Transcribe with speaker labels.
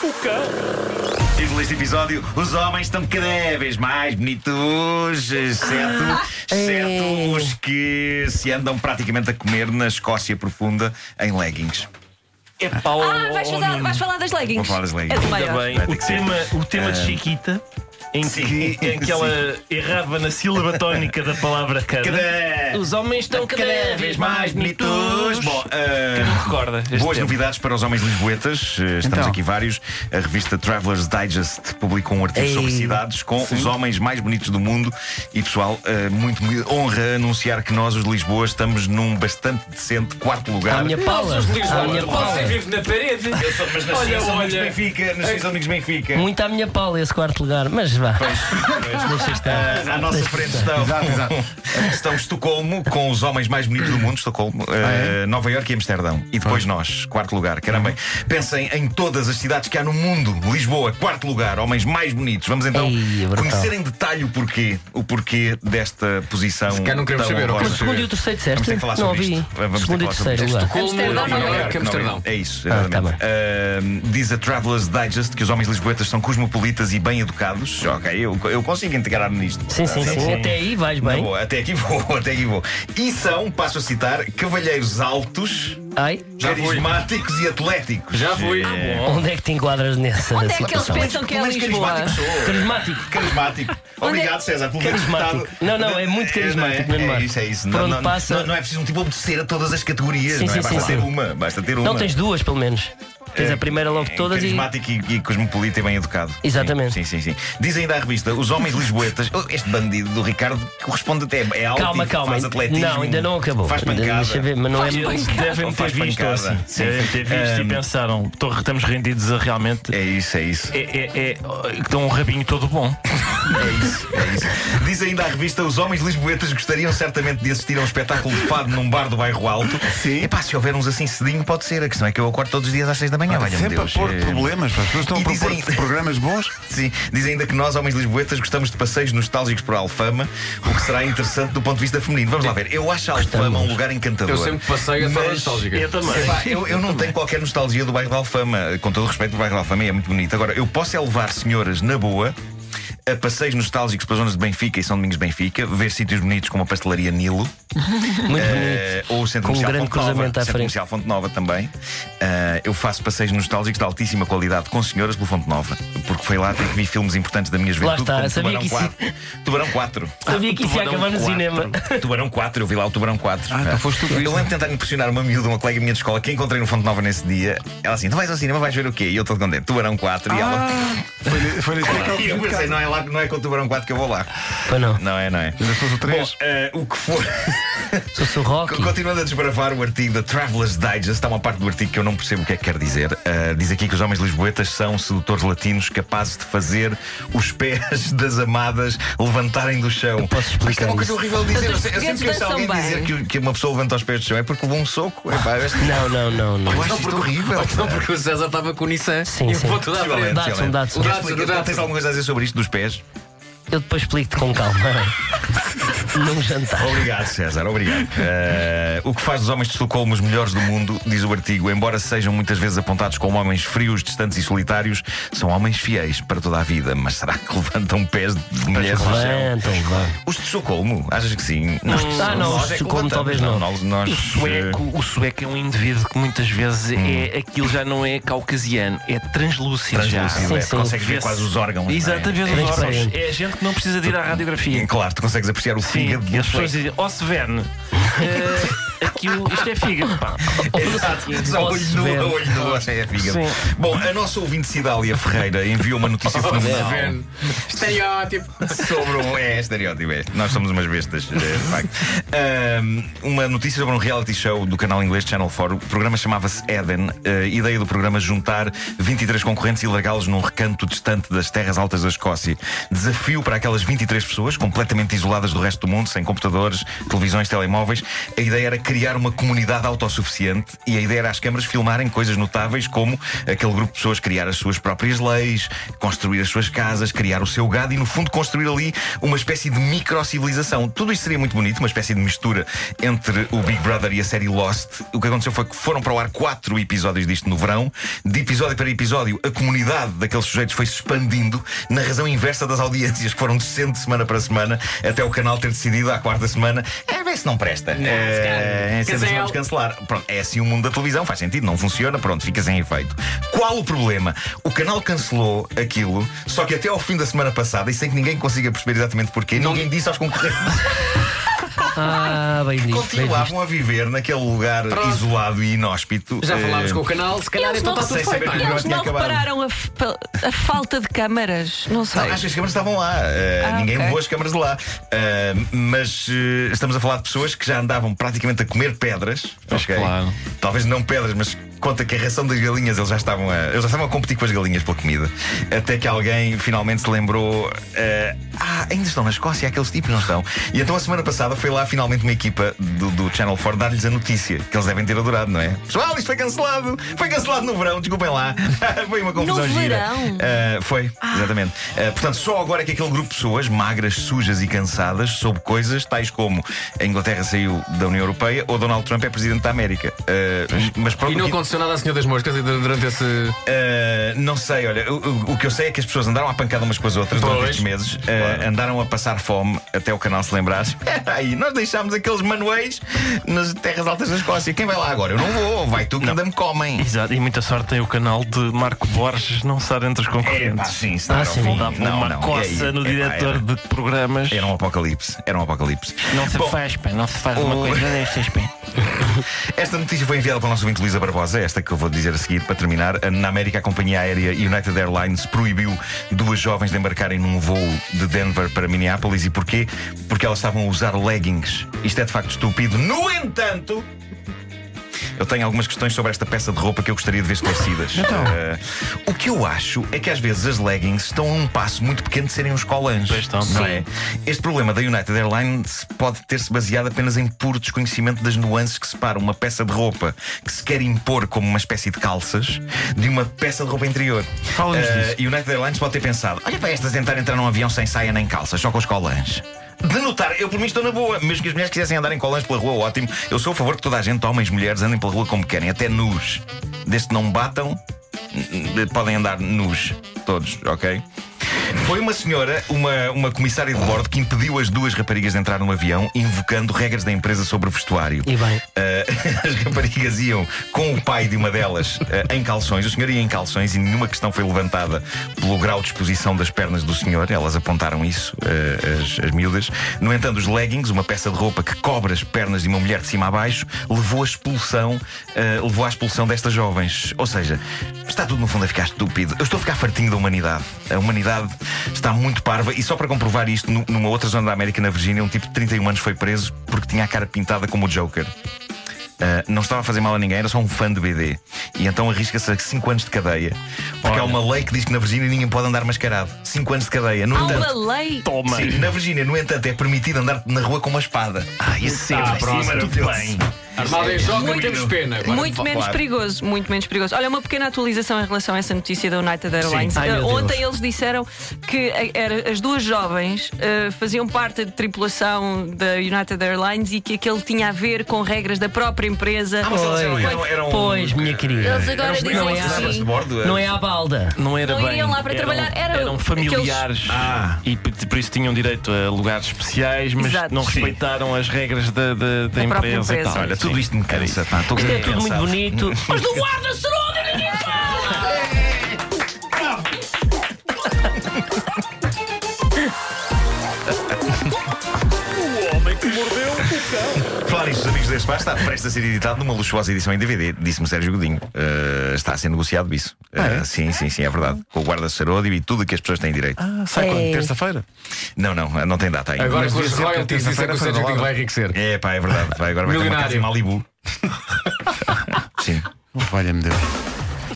Speaker 1: boca.
Speaker 2: Título deste episódio: Os homens estão cada vez mais bonitos, exceto, exceto
Speaker 3: É.
Speaker 2: os que se andam praticamente a comer na Escócia profunda em leggings.
Speaker 1: É pau.
Speaker 3: Ah, vais, fazer, vais falar das leggings.
Speaker 2: Vou falar das leggings.
Speaker 3: És o
Speaker 2: oh, Ainda
Speaker 1: Ainda
Speaker 3: maior.
Speaker 1: bem,
Speaker 2: Vai ter
Speaker 1: o
Speaker 2: que ser.
Speaker 1: tema, o tema de
Speaker 2: Ah.
Speaker 1: Chiquita, em
Speaker 2: Sim,
Speaker 1: que, em que ela errava na sílaba tónica da palavra
Speaker 2: Cada,
Speaker 1: cada. Os homens estão cada, vez mais bonitos.
Speaker 2: Bom,
Speaker 1: Bom,
Speaker 2: ah,
Speaker 1: recorda. este
Speaker 2: Boas
Speaker 1: tema.
Speaker 2: novidades para os homens lisboetas, Eh, estamos
Speaker 4: Então.
Speaker 2: aqui vários. A revista Travelers Digest publicou um artigo
Speaker 3: Ei.
Speaker 2: sobre cidades com os homens mais bonitos do mundo. E pessoal, eh, muito me honra anunciar que nós, os de Lisboa, estamos num bastante decente quarto lugar.
Speaker 5: A minha Paula. A
Speaker 2: Lisboa,
Speaker 5: minha
Speaker 2: tu
Speaker 5: Paula.
Speaker 1: vive na parede.
Speaker 2: Eu sou, mas nas
Speaker 1: Olha,
Speaker 2: olha, olha.
Speaker 1: olha.
Speaker 2: Benfica, nas Seis Amigos Benfica.
Speaker 5: é Muito à minha Paula esse quarto lugar. Mas vá. Deixa estar.
Speaker 2: À É, nossa frente estão, estão Estocolmo, com os homens mais bonitos do mundo, Estocolmo,
Speaker 5: Ah,
Speaker 2: eh,
Speaker 5: é?
Speaker 2: Nova Iorque e Amsterdão. E depois nós, quarto lugar. Caramba, pensem em todas as cidades que há no mundo. Lisboa, quarto lugar, homens mais bonitos. Vamos então
Speaker 5: Ei, é brutal.
Speaker 2: conhecer em detalhe o porquê, o porquê desta posição.
Speaker 4: calhar não queremos
Speaker 2: tão
Speaker 4: saber, ou
Speaker 5: Mas
Speaker 2: honrosa.
Speaker 5: o segundo e o terceiro disseste?
Speaker 2: Vamos ter que falar
Speaker 5: não
Speaker 2: sobre
Speaker 5: ouvi.
Speaker 2: isto. Vamos ter
Speaker 5: Segundo
Speaker 2: que
Speaker 5: e
Speaker 2: falar
Speaker 5: terceiro
Speaker 2: sobre
Speaker 5: lugar.
Speaker 3: Amsterdão, Nova
Speaker 2: Nova
Speaker 3: Iorque.
Speaker 2: Iorque, Nova Iorque. É isso,
Speaker 5: Ah,
Speaker 2: exatamente. Ahm, diz a Travelers Digest que os homens lisboetas são cosmopolitas e bem educados. Ok, eu, eu consigo integrar me nisto.
Speaker 5: Sim, sim, sim,
Speaker 1: sim.
Speaker 5: Até aí vais
Speaker 2: Tá
Speaker 5: bem.
Speaker 2: bom, até aqui vou, até aqui vou. E são, passo a citar, cavalheiros altos,
Speaker 5: Ai,
Speaker 4: Já fui.
Speaker 2: carismáticos e atléticos.
Speaker 4: Já fui. Ah,
Speaker 2: É,
Speaker 5: onde é que te enquadras nessa
Speaker 3: Onde é que eles
Speaker 5: situação?
Speaker 3: pensam que é
Speaker 2: Pelo menos
Speaker 3: Lisboa?
Speaker 2: carismático sou.
Speaker 5: Carismático.
Speaker 2: Carismático. Obrigado, César, pelo
Speaker 5: Carismático.
Speaker 2: resultado.
Speaker 5: Não, não, é muito carismático,
Speaker 2: É,
Speaker 5: mesmo,
Speaker 2: é, é
Speaker 5: Marco.
Speaker 2: isso, é isso.
Speaker 5: Por
Speaker 2: não,
Speaker 5: onde
Speaker 2: não,
Speaker 5: passa-
Speaker 2: não, não é preciso um tipo obedecer a todas as categorias,
Speaker 5: Sim,
Speaker 2: não é?
Speaker 5: sim,
Speaker 2: basta
Speaker 5: sim,
Speaker 2: ter
Speaker 5: sim.
Speaker 2: uma, basta ter uma.
Speaker 5: Não tens duas, pelo menos. Tens a primeira logo de todas e.
Speaker 2: É. Carismático e... e cosmopolita e bem educado.
Speaker 5: Exatamente.
Speaker 2: Sim, sim, sim. sim. Diz ainda a revista: os homens lisboetas. Oh, Este bandido do Ricardo corresponde até. É alto
Speaker 5: Calma,
Speaker 2: e
Speaker 5: calma.
Speaker 2: faz atletismo.
Speaker 5: Não, ainda não acabou.
Speaker 2: Faz
Speaker 5: Ainda-
Speaker 2: pancada.
Speaker 5: Deixa ver, mas não é.
Speaker 1: Eles devem ter
Speaker 2: Faz
Speaker 1: visto
Speaker 2: pancada.
Speaker 1: assim.
Speaker 2: Sim.
Speaker 1: Devem ter visto
Speaker 2: Ahm.
Speaker 1: e pensaram, "Tô- estamos rendidos a realmente.
Speaker 2: É isso, é isso.
Speaker 1: É, é, é, que dão um rabinho todo bom.
Speaker 2: É isso, é isso. Diz ainda a revista: os homens lisboetas gostariam certamente de assistir a um espetáculo de fado num bar do bairro Alto. Sim. Epá, se houver uns assim cedinho, pode ser. A questão é que eu acordo todos os dias às seis da manhã. valha-me
Speaker 4: Sempre
Speaker 2: Deus.
Speaker 4: a pôr
Speaker 2: É,
Speaker 4: problemas, pá. as pessoas estão
Speaker 2: E
Speaker 4: a propor
Speaker 2: dizem-
Speaker 4: programas bons.
Speaker 2: Sim. Diz ainda que nós, homens lisboetas, gostamos de passeios nostálgicos por Alfama, o que será interessante do ponto de vista feminino. Vamos lá ver. Eu acho a Alfama um lugar encantador.
Speaker 4: Eu sempre passei a zona
Speaker 2: Mas-
Speaker 4: nostálgica.
Speaker 1: Eu também.
Speaker 2: Epá, eu, eu não tenho qualquer nostalgia do bairro da Alfama. Com todo o respeito, o bairro da Alfama é muito bonito. Agora, eu posso é levar senhoras na boa. A passeios nostálgicos para zonas de Benfica e São Domingos de Benfica, ver sítios bonitos como a pastelaria Nilo,
Speaker 5: Muito bonito.
Speaker 2: eh, ou o Centro
Speaker 5: Com
Speaker 2: Comercial
Speaker 5: um grande
Speaker 2: Fonte Nova.
Speaker 5: cruzamento à
Speaker 2: Centro
Speaker 5: frente.
Speaker 2: Comercial Fonte Nova também. Eh, eu faço passeios nostálgicos de altíssima qualidade com senhoras pelo Fonte Nova, porque foi lá até que vi filmes importantes da minha juventude,
Speaker 5: está,
Speaker 2: como
Speaker 5: sabia
Speaker 2: Tubarão
Speaker 5: que isso-
Speaker 2: 4. Tubarão 4.
Speaker 5: Sabia que isso
Speaker 2: um
Speaker 5: ia
Speaker 1: Tubarão
Speaker 5: acabar no
Speaker 1: quatro.
Speaker 5: cinema.
Speaker 2: Tubarão 4, eu vi lá o Tubarão 4. Ah,
Speaker 4: então foste tu que
Speaker 2: Eu
Speaker 4: viste.
Speaker 2: lembro de tentar impressionar uma miúda, uma colega minha de escola que encontrei no Fonte Nova nesse dia. Ela assim, não vais ao cinema, vais ver o quê? E eu estou contente, Tubarão 4. E ela.
Speaker 4: Foi, foi nesse dia que ela
Speaker 2: E eu
Speaker 4: fugiu de
Speaker 2: pensei,
Speaker 4: casa.
Speaker 2: não é, lá, não é com o Tubarão 4 que eu vou lá.
Speaker 5: Pois não.
Speaker 2: Não é, não é.
Speaker 4: Ainda fosse o três.
Speaker 2: Bom, eh, o que for.
Speaker 5: Sou sou Rocky.
Speaker 2: Continuando a desbravar o artigo da Travelers Digest, há uma parte do artigo que eu não percebo o que é que quer dizer. Ah, diz aqui que os homens lisboetas são sedutores latinos capazes de fazer os pés das amadas levantarem do chão. Eu
Speaker 5: posso explicar
Speaker 2: Isto é uma coisa
Speaker 5: isso.
Speaker 2: horrível de dizer.
Speaker 3: Portanto,
Speaker 2: Eu
Speaker 3: Então, os
Speaker 2: sei- eu sempre que
Speaker 3: portugueses
Speaker 2: ouço alguém
Speaker 3: dançam
Speaker 2: dizer
Speaker 3: bem.
Speaker 2: que, que uma pessoa levanta os pés do chão é porque levou um soco. Epá, eu acho-
Speaker 5: Não, não, não, não.
Speaker 2: eu acho isto é horrível.
Speaker 4: Não, porque o César estava com o
Speaker 1: é
Speaker 4: Nissan.
Speaker 5: Sim, sim.
Speaker 4: Vou-te dar a
Speaker 2: Possivelmente,
Speaker 4: frente.
Speaker 5: Datsun, Datsun.
Speaker 2: Queres
Speaker 4: Datsun,
Speaker 2: explicar-
Speaker 4: Datsun.
Speaker 2: Tens alguma coisa a dizer sobre isto dos pés?
Speaker 5: Eu depois explico-te com calma. Num jantar.
Speaker 2: Obrigado, César, obrigado. Eh, o que faz dos homens de Estocolmo os melhores do mundo, diz o artigo, embora sejam muitas vezes apontados como homens frios, distantes e solitários, são homens fiéis para toda a vida. Mas será que levantam pés de mulheres no chão?
Speaker 5: Levantam, vá.
Speaker 2: Os de Estocolmo, achas que sim? Nós que
Speaker 5: Ah,
Speaker 2: somos-
Speaker 5: não,
Speaker 2: nós
Speaker 5: os de
Speaker 2: é que
Speaker 5: Estocolmo
Speaker 2: levantamos,
Speaker 5: talvez não.
Speaker 2: Nós, nós, eh,
Speaker 1: O sueco, o sueco é um indivíduo que muitas vezes
Speaker 2: Hum.
Speaker 1: é aquilo já não é caucasiano, é translúcido,
Speaker 2: Translúcido,
Speaker 1: já.
Speaker 2: é,
Speaker 5: Sim, sim.
Speaker 2: consegues ver quase os órgãos. não é?
Speaker 1: Exato, vê os órgãos.
Speaker 5: Transparente.
Speaker 1: É gente que não precisa de ir à radiografia.
Speaker 2: Claro, tu consegues apreciar o
Speaker 1: Sim,
Speaker 2: fígado
Speaker 1: e
Speaker 2: do
Speaker 1: as pessoas
Speaker 2: sueco.
Speaker 1: dizem, ó Sven, eh, aquilo, isto é fígado, pá.
Speaker 2: Exato, só olho
Speaker 5: Posso
Speaker 2: nu,
Speaker 5: ver.
Speaker 2: olho nu, acho que é fígado.
Speaker 1: Sim.
Speaker 2: Bom, a nossa ouvinte Cidália Ferreira enviou uma notícia fenomenal.
Speaker 4: Estereótipo.
Speaker 2: sobre um. É estereótipo, é. Nós somos umas bestas, é, de facto. Ahm, uma notícia sobre um reality show do canal inglês Channel 4. O programa chamava-se Eden. eh, A ideia do programa é juntar 23 concorrentes e largá-los num recanto distante das terras altas da Escócia. Desafio para aquelas 23 pessoas, completamente isoladas do resto do mundo, sem computadores, televisões, telemóveis. A ideia era criar uma comunidade autossuficiente e a ideia era as câmaras filmarem coisas notáveis como aquele grupo de pessoas criar as suas próprias leis, construir as suas casas, criar o seu gado e, no fundo, construir ali uma espécie de microcivilização. Tudo isto seria muito bonito, uma espécie de mistura entre o Big Brother e a série Lost. O que aconteceu foi que foram para o ar quatro episódios disto no verão. De episódio para episódio, a comunidade daqueles sujeitos foi se expandindo na razão inversa das audiências que foram descendo de semana para semana até o canal ter decidido à quarta semana. É, vê se não presta. é, se calhar, vamos cancelar. Pronto, é assim o mundo da televisão, faz sentido, não funciona, pronto, fica sem efeito. Qual o problema? O canal cancelou aquilo, só que até ao fim da semana passada, e sem que ninguém consiga perceber exatamente porquê, ninguém disse aos concorrentes
Speaker 5: Ah, bem
Speaker 2: que
Speaker 5: visto. Bem visto.
Speaker 2: continuavam a viver naquele lugar
Speaker 4: Pronto.
Speaker 2: isolado e inóspito.
Speaker 4: Já
Speaker 2: Eh,
Speaker 4: falámos com o canal, se calhar
Speaker 3: Eles
Speaker 4: então
Speaker 3: não-
Speaker 4: está tudo
Speaker 2: sem saber
Speaker 4: feito.
Speaker 2: que o
Speaker 4: não é?
Speaker 2: programa
Speaker 3: Eles
Speaker 2: tinha
Speaker 3: não
Speaker 2: acabado.
Speaker 3: repararam a, f- a falta de câmaras. Não sei.
Speaker 2: Não, acho que as câmaras estavam lá. Uh,
Speaker 3: Ah,
Speaker 2: ninguém
Speaker 3: ok.
Speaker 2: levou as câmaras de lá. Uh, mas uh, estamos a falar de pessoas que já andavam praticamente a comer pedras.
Speaker 1: Pois,
Speaker 2: ok?
Speaker 1: claro.
Speaker 2: Talvez não pedras, mas conta que a ração das galinhas eles já estavam a, eles já estavam a competir com as galinhas pela comida. Até que alguém finalmente se lembrou. uh, ah, ainda estão na Escócia, aqueles tipos não estão. E então a semana passada foi lá finalmente uma equipa do, do Channel 4 dar-lhes a notícia, que eles devem ter adorado, não é? Pessoal, isto foi cancelado! Foi cancelado no verão, desculpem lá. foi uma confusão gira.
Speaker 3: verão?
Speaker 2: Uh, foi, exatamente. Uh, portanto, só agora é que aquele grupo de pessoas, magras, sujas e cansadas, soube coisas tais como a Inglaterra saiu da União Europeia ou Donald Trump é presidente da América. Uh, mas pronto,
Speaker 4: E não
Speaker 2: o que-
Speaker 4: aconteceu nada à Senhora das Moscas e durante esse.
Speaker 2: Uh, não sei, olha, o, o- o que eu sei é que as pessoas andaram à pancada umas com as outras durante
Speaker 4: Pois.
Speaker 2: estes meses, uh, andaram a passar fome até o canal se lembrar. Espera aí, nós deixámos aqueles manuais nas terras altas da Escócia. Quem vai lá agora? Eu não vou, vai tu que ainda me comem.
Speaker 1: Exato, e muita sorte tem o canal de Marco Borges não estar entre os
Speaker 2: É, pá,
Speaker 1: concorrentes.
Speaker 2: sim, se der
Speaker 5: Ah,
Speaker 2: ao
Speaker 5: sim.
Speaker 2: fim,
Speaker 1: Dá
Speaker 2: não,
Speaker 1: uma
Speaker 2: não,
Speaker 1: coça
Speaker 2: é,
Speaker 1: no
Speaker 2: é, pá,
Speaker 1: diretor
Speaker 2: era-
Speaker 1: de programas.
Speaker 2: Era um apocalipse, era um apocalipse.
Speaker 1: Não se
Speaker 2: Bom,
Speaker 1: faz, pá, não se faz
Speaker 2: o-
Speaker 1: uma coisa destas, pá.
Speaker 2: Esta notícia foi enviada pelo nosso ouvinte Luísa Barbosa, esta que eu vou dizer a seguir para terminar. Na América, a companhia aérea United Airlines proibiu duas jovens de embarcarem num voo de Denver para Minneapolis. E porquê? Porque elas estavam a usar leggings. Isto é de facto estúpido. No entanto. Eu tenho algumas questões sobre esta peça de roupa que eu gostaria de ver esclarecidas.
Speaker 1: Então.
Speaker 2: Eh, o que eu acho é que às vezes as leggings estão a um passo muito pequeno de serem uns colãs.
Speaker 1: Pois estão.
Speaker 2: não é? Este problema da United Airlines pode ter-se baseado apenas em puro desconhecimento das nuances que separam uma peça de roupa que se quer impor como uma espécie de calças de uma peça de roupa interior.
Speaker 1: Fala-nos disso.
Speaker 2: Eh, E United Airlines pode ter pensado: olha para estas tentar entrar num avião sem saia nem calças, só com os colãs. De notar, eu por mim estou na boa, mesmo que as mulheres quisessem andar em colãs pela rua, ótimo. Eu sou a favor que toda a gente, homens e mulheres, andem pela rua como querem, até nus. Desde que não me batam, n- n- podem andar nus, todos, ok? Foi uma senhora, uma, uma comissária de bordo, que impediu as duas raparigas de entrar no avião, invocando regras da empresa sobre o vestuário.
Speaker 5: E bem.
Speaker 2: Eh, as raparigas iam com o pai de uma delas eh, em calções, o senhor ia em calções e nenhuma questão foi levantada pelo grau de exposição das pernas do senhor, elas apontaram isso, eh, as, as miúdas. No entanto, os leggings, uma peça de roupa que cobre as pernas de uma mulher de cima a baixo, levou a expulsão, eh, levou à expulsão destas jovens. Ou seja, está tudo no fundo a ficar estúpido. Eu estou a ficar fartinho da humanidade. A humanidade está muito parva e só para comprovar isto, nu- numa outra zona da América, na Virgínia, um tipo de 31 anos foi preso porque tinha a cara pintada como o Joker. Uh, não estava a fazer mal a ninguém, era só um fã de BD. E então arrisca-se a 5 anos de cadeia. Porque há uma lei que diz que na Virgínia ninguém pode andar mascarado. 5 anos de cadeia. No
Speaker 3: Há um
Speaker 2: entanto,
Speaker 3: uma lei.
Speaker 1: Toma!
Speaker 2: Sim, na Virgínia, no entanto, é permitido andar na rua com uma espada.
Speaker 1: Ah, isso é,
Speaker 4: Ah,
Speaker 1: vai
Speaker 4: pronto.
Speaker 1: ser tudo bem.
Speaker 4: Armado em jogo, não
Speaker 3: Muito-
Speaker 4: temos pena. Agora,
Speaker 3: Muito menos
Speaker 2: claro.
Speaker 3: perigoso, muito menos perigoso. Olha, uma pequena atualização em relação a essa notícia da United Airlines.
Speaker 5: Ai, meu
Speaker 3: Eh,
Speaker 5: Deus.
Speaker 3: Ontem eles disseram que eh, era- as duas jovens eh, faziam parte de tripulação da United Airlines e que aquilo tinha a ver com regras da própria empresa.
Speaker 2: Ah, mas eles eram- eram- eram-
Speaker 5: Pois, minha querida.
Speaker 3: Eles agora dizem
Speaker 5: não é
Speaker 3: que
Speaker 2: Andavas de
Speaker 3: sim.
Speaker 2: bordo,
Speaker 5: Não é à balda.
Speaker 1: Não era
Speaker 3: Não
Speaker 1: bem.
Speaker 3: iriam lá para
Speaker 1: eram-
Speaker 3: trabalhar, era
Speaker 1: eram familiares
Speaker 2: Ah.
Speaker 1: e por por isso tinham direito a lugares especiais, mas
Speaker 3: Exato.
Speaker 1: não
Speaker 3: Sim.
Speaker 1: respeitaram as regras da, da, da
Speaker 3: Da própria
Speaker 1: empresa, e
Speaker 3: empresa.
Speaker 1: tal.
Speaker 2: Olha, tudo
Speaker 1: Sim.
Speaker 2: isto me cansa. pá, estou
Speaker 5: Isto é tudo muito
Speaker 2: cansado.
Speaker 5: bonito. Mas não há
Speaker 2: Falar isto, os amigos deste bar está prestes a ser editado numa luxuosa edição em DVD, disse-me Sérgio Godinho. Eh, está a ser negociado isso. Eh, Sim, sim, sim, é verdade. Com o guarda-saródio e tudo o que as pessoas têm direito.
Speaker 6: Sai quando?
Speaker 5: É.
Speaker 6: Terça-feira?
Speaker 2: não, não, não tem data ainda.
Speaker 4: Agora com
Speaker 6: devia
Speaker 4: os
Speaker 6: ser
Speaker 4: royalties, isso é que
Speaker 6: terça-feira,
Speaker 4: o
Speaker 6: foi
Speaker 4: Sérgio Godinho
Speaker 6: balada.
Speaker 4: vai enriquecer.
Speaker 2: É pá, é verdade. Vai, agora vai ter uma casa em
Speaker 4: Milionário.
Speaker 2: Malibu. Sim.
Speaker 6: Valha-me Deus.